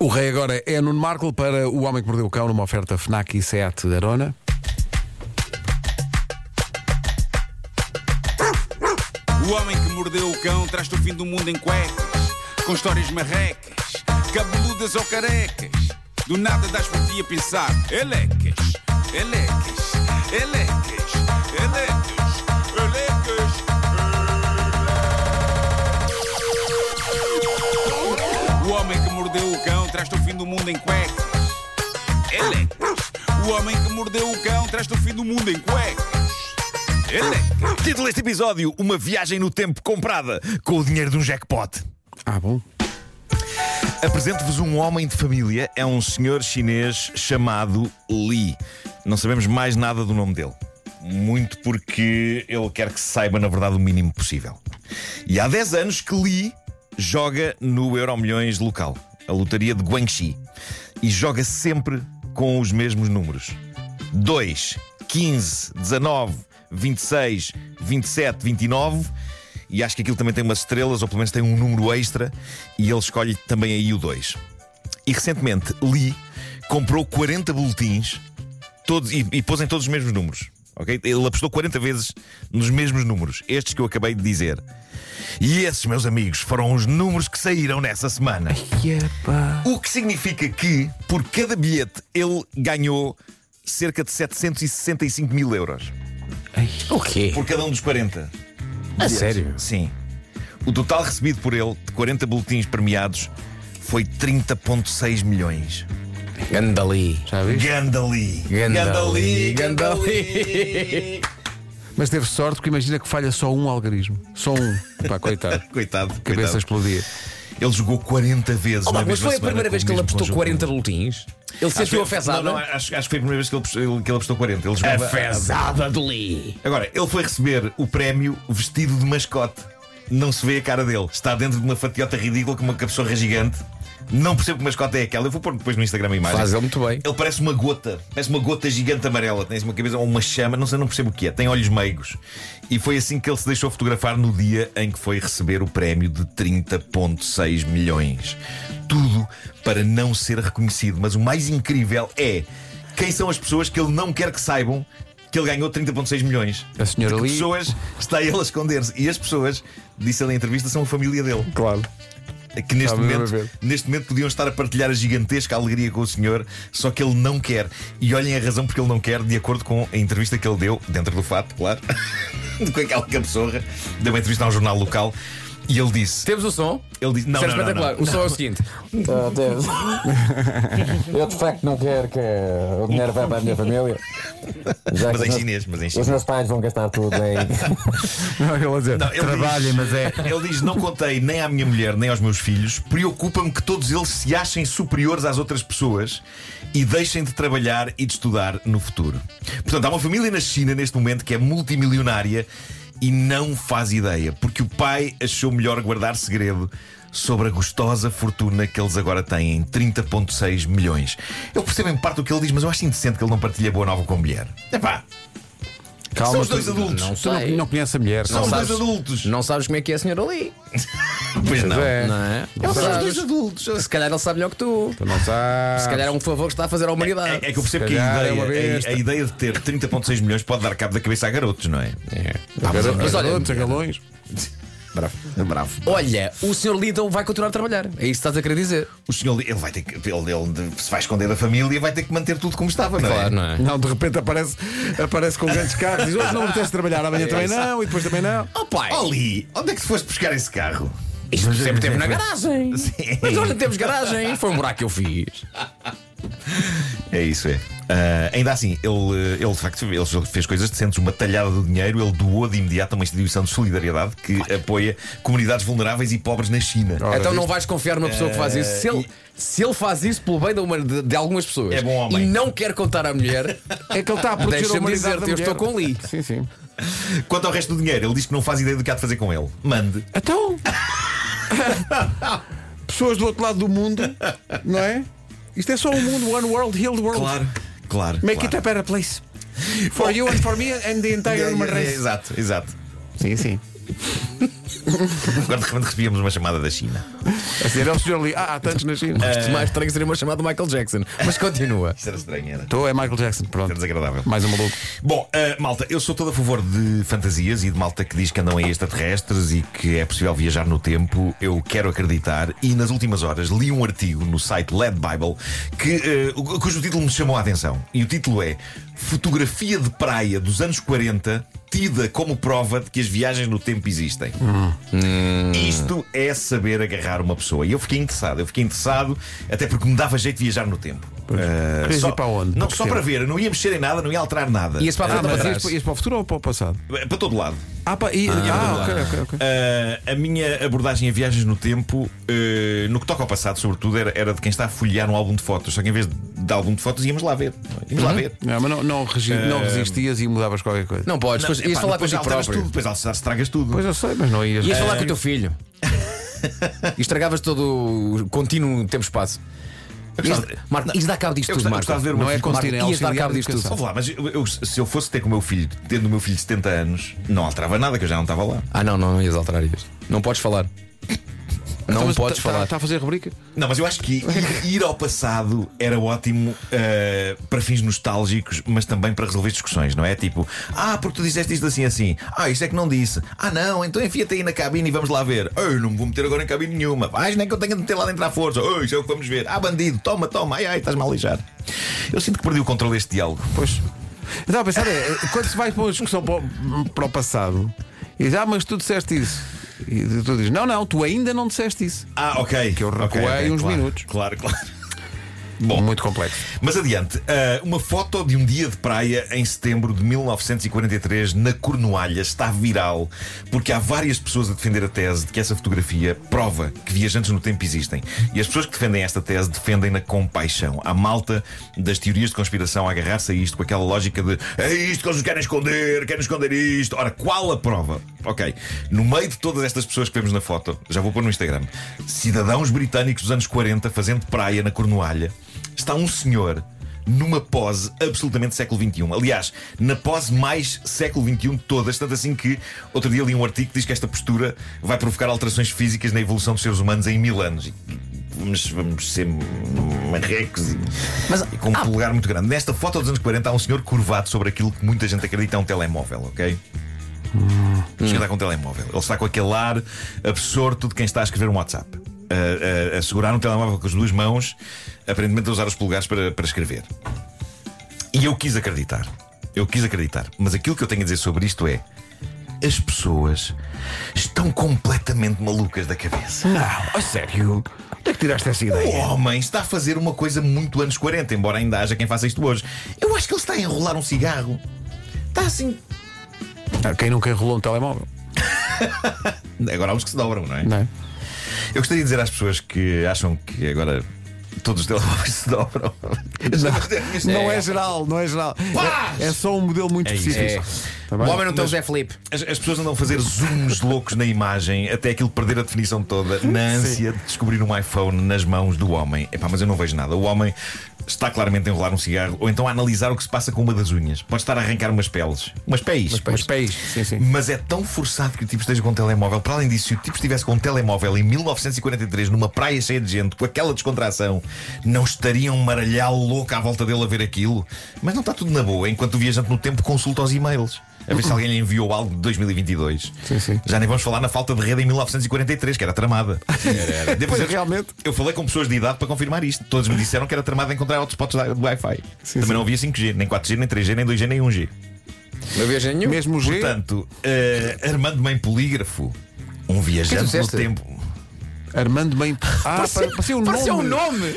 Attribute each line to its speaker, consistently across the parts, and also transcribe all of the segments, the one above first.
Speaker 1: O rei agora é Nuno Marco para O Homem que Mordeu o Cão numa oferta Fnac e Seat Arona.
Speaker 2: O homem que mordeu o cão traz-te o fim do mundo em cuecas, com histórias marrecas, cabeludas ou carecas. Do nada das por ti a pensar, elecas, elecas, elecas, elecas, elecas. O homem que mordeu o cão traz-te o fim do mundo em cuecas, elecas. O homem que mordeu o cão traz-te o fim do mundo em cuecas, elecas.
Speaker 3: Título deste episódio: Uma viagem no tempo comprada com o dinheiro de um jackpot.
Speaker 1: Ah, bom.
Speaker 3: Apresento-vos um homem de família, é um senhor chinês chamado Li. Não sabemos mais nada do nome dele. Muito porque ele quer que se saiba, na verdade, o mínimo possível. E há 10 anos que Li joga no Euro Milhões local, a lotaria de Guangxi. E joga sempre com os mesmos números: 2, 15, 19, 26, 27, 29. E acho que aquilo também tem umas estrelas, ou pelo menos tem um número extra, e ele escolhe também aí o 2. E recentemente, Lee comprou 40 boletins todos, e, e pôs em todos os mesmos números. ok? Ele apostou 40 vezes nos mesmos números, estes que eu acabei de dizer. E esses, meus amigos, foram os números que saíram nessa semana. O que significa que, por cada bilhete, ele ganhou cerca de 765 mil euros.
Speaker 4: O quê?
Speaker 3: Por cada um dos 40.
Speaker 4: A sério?
Speaker 3: Sim. O total recebido por ele, de 40 boletins premiados, foi 30,6 milhões.
Speaker 4: Gandali.
Speaker 1: Já viste?
Speaker 3: Gandali!
Speaker 4: Gandali,
Speaker 3: Gandali!
Speaker 1: Mas teve sorte porque imagina que falha só um algarismo. Só um. Pá, coitado.
Speaker 3: Coitado,
Speaker 1: Cabeça
Speaker 3: coitado.
Speaker 1: explodia.
Speaker 3: Ele jogou 40 vezes. na
Speaker 4: Oh, mas
Speaker 3: mesma
Speaker 4: foi
Speaker 3: semana
Speaker 4: a primeira
Speaker 3: com
Speaker 4: vez
Speaker 3: o
Speaker 4: que ele
Speaker 3: mesmo conjunto.
Speaker 4: apostou 40 boletins? Ele
Speaker 3: Acho
Speaker 4: sentiu é?
Speaker 3: que- é-
Speaker 4: a fezada?
Speaker 3: Não, não, acho, acho que foi a primeira vez que ele, apos- que ele apostou 40. Ele
Speaker 4: A
Speaker 3: jogava-
Speaker 4: fezada de Lee.
Speaker 3: Agora, ele foi receber o prémio vestido de mascote. Não se vê a cara dele. Está dentro de uma fatiota ridícula com uma cabeçorra gigante. Não percebo que mascote é aquela. Eu vou pôr depois no Instagram a imagem.
Speaker 4: Faz ele muito bem.
Speaker 3: Ele parece uma gota. Parece uma gota gigante amarela. Tem assim uma cabeça ou uma chama. Não sei, não percebo o que é. Tem olhos meigos. E foi assim que ele se deixou fotografar no dia em que foi receber o prémio de 30,6 milhões. Tudo para não ser reconhecido. Mas o mais incrível é quem são as pessoas que ele não quer que saibam que ele ganhou 30,6 milhões.
Speaker 1: A senhora
Speaker 3: De que
Speaker 1: Lee.
Speaker 3: pessoas está ele a esconder-se. E as pessoas, disse ele em entrevista, são a família dele. É
Speaker 1: Claro.
Speaker 3: Que neste
Speaker 1: Está mesmo a
Speaker 3: momento,
Speaker 1: ver.
Speaker 3: neste momento podiam estar a partilhar a gigantesca alegria com o senhor, só que ele não quer. E olhem a razão porque ele não quer, de acordo com a entrevista que ele deu, dentro do fato, claro, com aquela cabeçorra, deu uma entrevista a um jornal local. E ele disse:
Speaker 4: Temos o som?
Speaker 3: ele disse não,
Speaker 4: Isso era
Speaker 3: não, não,
Speaker 4: espetacular.
Speaker 3: não.
Speaker 4: O som é o seguinte.
Speaker 5: Ah, Deus. Eu de facto não quero que o dinheiro vá para a minha família. Já que
Speaker 3: Mas em
Speaker 5: os meus-
Speaker 3: chinês, mas em
Speaker 5: Os
Speaker 3: chinês.
Speaker 5: meus pais vão gastar tudo em.
Speaker 1: Não, ele a dizer,
Speaker 3: Não, ele
Speaker 1: trabalhem,
Speaker 3: diz-
Speaker 1: mas é.
Speaker 3: Ele diz: não contei nem à minha mulher, nem aos meus filhos. Preocupa-me que todos eles se achem superiores às outras pessoas e deixem de trabalhar e de estudar no futuro. Portanto, há uma família na China neste momento que é multimilionária e não faz ideia, porque o pai achou melhor guardar segredo. Sobre a gostosa fortuna que eles agora têm em 30,6 milhões. Eu percebo em parte o que ele diz, mas eu acho indecente que ele não partilhe a boa nova com a mulher. Epá,
Speaker 1: Calma,
Speaker 3: são os
Speaker 1: tu-
Speaker 3: dois adultos.
Speaker 4: Não
Speaker 1: Tu não,
Speaker 4: sei.
Speaker 1: não conheces a mulher.
Speaker 3: são os
Speaker 1: calma.
Speaker 3: dois adultos.
Speaker 4: Não sabes como é que é a senhora Lee.
Speaker 3: Pois não.
Speaker 1: É.
Speaker 4: Não é? Não
Speaker 3: São os
Speaker 4: sabes.
Speaker 3: dois adultos.
Speaker 4: Se calhar ele sabe melhor que tu.
Speaker 1: Tu não sabes.
Speaker 4: Se calhar é um favor que está a fazer à humanidade.
Speaker 3: É, é que eu percebo
Speaker 1: Se
Speaker 3: que a
Speaker 1: calhar é
Speaker 3: ideia,
Speaker 1: uma
Speaker 3: a,
Speaker 1: besta.
Speaker 3: a ideia de ter 30,6 milhões pode dar cabo da cabeça a garotos, não é?
Speaker 1: Tá, mas,
Speaker 4: Mas olha-
Speaker 1: garotos, a galões. é
Speaker 3: Bravo. Bravo.
Speaker 4: Olha, o senhor Lee então vai continuar a trabalhar. É isso que estás a querer dizer.
Speaker 3: O senhor, ele vai ter que. Ele, ele se vai esconder da família, vai ter que manter tudo como estava, não é?
Speaker 4: não é?
Speaker 1: Não, de repente aparece, aparece com grandes carros. Diz hoje não me apetece trabalhar, amanhã também não, e depois também não.
Speaker 4: Oh pai,
Speaker 3: Oli, onde é que tu foste buscar esse carro? é,
Speaker 4: isto sempre teve na garagem.
Speaker 3: Sim.
Speaker 4: Mas nós não temos garagem. Foi um buraco que eu fiz.
Speaker 3: É isso, é. Ah, ainda assim, ele, ele de facto ele fez coisas decentes, uma talhada do dinheiro, ele doou de imediato a uma instituição de solidariedade que apoia comunidades vulneráveis e pobres na China.
Speaker 4: então
Speaker 1: viste?
Speaker 4: não vais confiar numa pessoa que faz isso. Se ele, se ele faz isso pelo bem da humana- de, de algumas pessoas
Speaker 3: Eh, É bom homem. Ah,
Speaker 4: e não quer contar à mulher,
Speaker 1: É que ele está a proteger a
Speaker 4: deixa-me
Speaker 1: humanidade
Speaker 4: dizer-te, eu
Speaker 1: da
Speaker 4: estou
Speaker 1: mulher.
Speaker 4: com Lee.
Speaker 1: Sim, sim.
Speaker 3: Quanto ao resto do dinheiro, ele diz que não faz ideia do que há de fazer com ele. Mande.
Speaker 1: Então. Pessoas do outro lado do mundo, não é? Isto é só um mundo, one world, heal the world.
Speaker 3: claro.
Speaker 1: Make
Speaker 3: claro.
Speaker 1: it a better place. For you and for me and the entire
Speaker 3: É,
Speaker 1: human
Speaker 3: é, é,
Speaker 1: race.
Speaker 3: Exato, exato.
Speaker 1: Sim, sim.
Speaker 3: Agora de repente recebíamos uma chamada da China.
Speaker 1: Assim, era o senhor ali. Ah, há tantos na China.
Speaker 3: Eh.
Speaker 4: Isto mais estranho seria uma chamada de Michael Jackson. Mas continua.
Speaker 3: Isso era estranho, era.
Speaker 1: Estou, é Michael Jackson. Pronto.
Speaker 3: Era desagradável.
Speaker 1: Mais um maluco.
Speaker 3: Bom, ah, malta, eu sou todo a favor de fantasias e de malta que diz que andam em extraterrestres e que é possível viajar no tempo. Eu quero acreditar e nas últimas horas li um artigo no site Led Bible que, ah, o- cujo título me chamou a atenção. E o título é Fotografia de praia dos anos 40 tida como prova de que as viagens no tempo existem. Isto é saber agarrar uma pessoa. E eu fiquei interessado, eu fiquei interessado, até porque me dava jeito de viajar no tempo. Ah,
Speaker 1: Querias
Speaker 3: só-
Speaker 1: ir para onde? Para
Speaker 3: Não,
Speaker 1: que
Speaker 3: só
Speaker 1: tema?
Speaker 3: para ver, não ia mexer em nada, não ia alterar nada.
Speaker 4: Ia-se para a
Speaker 1: Ah,
Speaker 4: frente ou
Speaker 1: mas
Speaker 4: para
Speaker 1: ias
Speaker 4: trás.
Speaker 1: para, ias para o futuro ou para o passado?
Speaker 3: Eh, Para todo lado.
Speaker 1: Ah, para, e, ah, ok, ok, ok.
Speaker 3: Ah, a minha abordagem a viagens no tempo, eh, no que toca ao passado, sobretudo, era, era de quem está a folhear um álbum de fotos. Só que em vez de álbum de fotos, íamos lá ver. Íamos
Speaker 4: Uhum.
Speaker 3: lá ver.
Speaker 1: Não, mas não, não, resi- não resistias e mudavas qualquer coisa.
Speaker 4: Não podes. Não,
Speaker 3: Epá,
Speaker 4: ias falar
Speaker 3: depois
Speaker 4: contigo
Speaker 3: alteras
Speaker 4: próprio.
Speaker 3: tudo, É. depois al- estragas tudo.
Speaker 1: Pois eu sei, mas não ias. Eh,
Speaker 4: Ias falar com o teu filho. E estragavas todo o contínuo tempo-espaço.
Speaker 3: gostava-
Speaker 4: Ias- Marco, isso dá cabo disto
Speaker 3: eu
Speaker 4: tudo,
Speaker 3: gostava- eu
Speaker 4: Marco.
Speaker 3: gostava de ver uma
Speaker 1: Não é
Speaker 3: fotografia-
Speaker 1: contínuo, é
Speaker 4: Marco, ias dar
Speaker 1: auxiliar
Speaker 4: cabo
Speaker 1: de
Speaker 4: disto tudo.
Speaker 1: educação.
Speaker 3: Ouve lá, mas eu- eu- se eu fosse ter com o meu filho, tendo o meu filho de 70 anos, não alterava nada, que eu já não estava lá.
Speaker 4: Ah, não, não, não ias alterar isto.
Speaker 3: Então,
Speaker 4: Não podes falar. Não
Speaker 3: tá-
Speaker 4: podes
Speaker 1: está,
Speaker 4: falar.
Speaker 1: Está a fazer rubrica?
Speaker 3: Não, mas eu acho que ir- ir ao passado era ótimo eh, para fins nostálgicos, mas também para resolver discussões, não é? Tipo, ah, porque tu disseste isto assim assim. Ah, isso é que não disse. Ah, não, então enfia-te aí na cabine e vamos lá ver. Ah, Eu não me vou meter agora em cabine nenhuma. Vais, nem que eu tenha de meter lá dentro à força. Ah, isso é o que vamos ver. Ah, bandido, toma, toma. Ai, ai, estás-me a aleijar. Eu sinto que perdi o controle deste diálogo.
Speaker 1: Pois. Eu estava a pensar, é, quando se vai para uma discussão para o, para o passado, e diz, ah, mas tu disseste isso. E tu dizes, não, não, tu ainda não disseste isso.
Speaker 3: Ah, ok. Que
Speaker 1: eu recuei uns
Speaker 3: claro,
Speaker 1: minutos.
Speaker 3: Claro, claro. Bom,
Speaker 1: Muito complexo.
Speaker 3: Mas adiante, ah, uma foto de um dia de praia em setembro de 1943 na Cornualha está viral porque há várias pessoas a defender a tese de que essa fotografia prova que viajantes no tempo existem. E as pessoas que defendem esta tese defendem-na com paixão. Há malta das teorias de conspiração a agarrar-se a isto com aquela lógica de é isto que eles nos querem esconder, querem esconder isto. Ora, qual a prova? Ok, no meio de todas estas pessoas que vemos na foto, já vou pôr no Instagram, cidadãos britânicos dos anos 40 fazendo praia na Cornualha está um senhor numa pose absolutamente século XXI. Aliás, na pose mais século XXI de todas, tanto assim que outro dia li um artigo que diz que esta postura vai provocar alterações físicas na evolução dos seres humanos em mil anos. E Vamos, vamos ser marrecos e, e com um polegar muito grande. Nesta foto dos anos 40 há um senhor curvado sobre aquilo que muita gente acredita é um telemóvel, ok? Hum. Esquenta com o telemóvel. Ele está com aquele ar absorto de quem está a escrever um WhatsApp. A, a- a segurar um telemóvel com as duas mãos, aparentemente a usar os polegares para, para escrever. E eu quis acreditar. Eu quis acreditar. Mas aquilo que eu tenho a dizer sobre isto é. As pessoas estão completamente malucas da cabeça.
Speaker 1: Não, a sério. Onde é que tiraste essa
Speaker 3: O
Speaker 1: ideia?
Speaker 3: homem está a fazer uma coisa muito anos 40, embora ainda haja quem faça isto hoje. Eu acho que ele está a enrolar um cigarro. Está assim.
Speaker 1: Ah, Quem nunca enrolou um telemóvel?
Speaker 3: Agora há uns que se dobram, não é?
Speaker 1: Não é?
Speaker 3: Eu gostaria de dizer às pessoas que acham que agora todos os telemóveis se dobram.
Speaker 1: Não, não é geral, não é geral.
Speaker 3: Paz!
Speaker 1: É, é só um modelo muito
Speaker 3: isso.
Speaker 1: específico. Tá
Speaker 4: O
Speaker 1: bem?
Speaker 4: homem não tem o Zé Felipe.
Speaker 3: As, as pessoas andam a fazer zooms loucos na imagem até aquilo perder a definição toda, na ânsia de descobrir um iPhone nas mãos do homem. Epá, mas eu não vejo nada. O homem está claramente a enrolar um cigarro ou então a analisar o que se passa com uma das unhas. Pode estar a arrancar umas peles. é Umas pés.
Speaker 1: Mas é pés, sim, sim.
Speaker 3: Mas é tão forçado que o tipo esteja com um telemóvel. Para além disso, se o tipo estivesse com um telemóvel em 1943, numa praia cheia de gente, com aquela descontração, não estaria um maralhau louco à volta dele a ver aquilo? Mas não está tudo na boa, enquanto o viajante no tempo consulta os e-mails. A ver se alguém lhe enviou algo de 2022.
Speaker 1: Sim, sim.
Speaker 3: Já nem vamos falar na falta de rede em 1943, que era tramada. Devo
Speaker 1: Pois,
Speaker 3: dizer que
Speaker 1: realmente.
Speaker 3: Eu falei com pessoas de idade para confirmar isto. Todos me disseram que era tramada encontrar hotspots da- do Wi-Fi. Também
Speaker 1: sim.
Speaker 3: não havia 5G, nem 4G, nem 3G, nem 2G, nem 1G.
Speaker 4: Não viaja nenhum.
Speaker 1: Mesmo o G.
Speaker 3: Portanto, eh, Armando em polígrafo, um
Speaker 4: Que
Speaker 3: viajante no
Speaker 4: disseste?
Speaker 3: tempo.
Speaker 1: Armando bem. Ah, parecia, parecia um
Speaker 4: Parecia um
Speaker 1: nome.
Speaker 4: nome!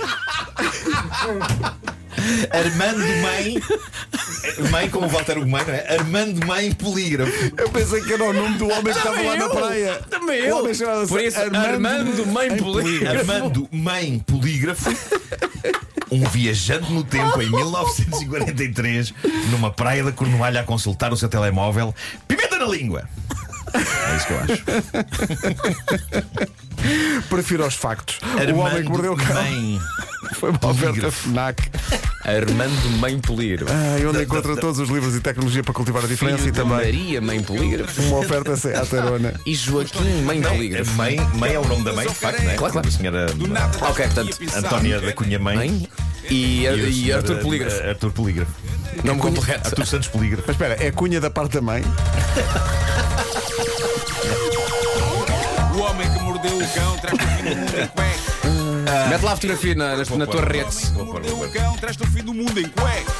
Speaker 3: Armando Mãe. eh, Mãe como o Walter Ugumã, não é? Armando Mãe polígrafo.
Speaker 1: Eu pensei que era o nome do homem que estava lá na praia.
Speaker 4: Também
Speaker 1: O
Speaker 4: eu!
Speaker 1: homem chamava-se
Speaker 4: Por isso, Armando Mãe Polígrafo.
Speaker 3: Armando Mãe polígrafo. Um viajante no tempo em 1943, numa praia da Cornualha a consultar o seu telemóvel. Pimenta na língua! É isso que eu acho.
Speaker 1: Prefiro aos factos. o homem
Speaker 3: Armando
Speaker 1: que mordeu o cão
Speaker 3: Mãe.
Speaker 1: foi uma oferta
Speaker 3: polígrafo.
Speaker 1: Fnac.
Speaker 4: Armando Mãe Polir.
Speaker 1: Ah, onde encontra todos os livros e tecnologia para cultivar a diferença
Speaker 4: Filho
Speaker 1: e
Speaker 4: de
Speaker 1: também
Speaker 4: Maria Mãe Polir.
Speaker 1: uma oferta à tarona.
Speaker 4: E Joaquim Mãe Polir.
Speaker 3: A mãe, mãe é o nome da mãe, de facto, não é?
Speaker 4: Claro, claro.
Speaker 3: A senhora
Speaker 2: Do nada das
Speaker 4: Ok, portanto,
Speaker 2: podia pensar.
Speaker 3: Antónia da Cunha Mãe.
Speaker 4: Mãe? E,
Speaker 3: a
Speaker 4: e
Speaker 3: senhora,
Speaker 4: Arthur Polígrafo.
Speaker 3: eh, Arthur Polígrafo.
Speaker 4: Não me completo.
Speaker 3: Arthur Santos Polígrafo.
Speaker 1: Mas espera, é cunha da parte da mãe?
Speaker 2: O homem que mordeu o cão traz-te o fim do mundo em cuecas.
Speaker 4: Mete lá a fotografia na, na, na tua rede.
Speaker 2: O homem que mordeu o cão traz-te o fim do mundo em cuecas.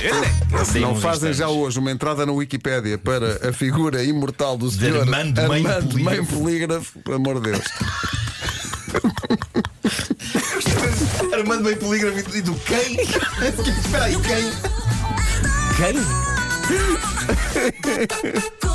Speaker 2: Ele é
Speaker 3: Dei
Speaker 1: Não
Speaker 3: uns
Speaker 1: fazem
Speaker 4: é.
Speaker 3: instantes.
Speaker 1: já hoje uma entrada na Wikipédia para a figura imortal do senhor
Speaker 3: Armando Mãe Polígrafo.
Speaker 1: Mãe Polígrafo, pelo amor de Deus.
Speaker 3: Armando Mãe Polígrafo e do- e do quem? Espera aí, quem?
Speaker 4: Quem?
Speaker 6: Cool.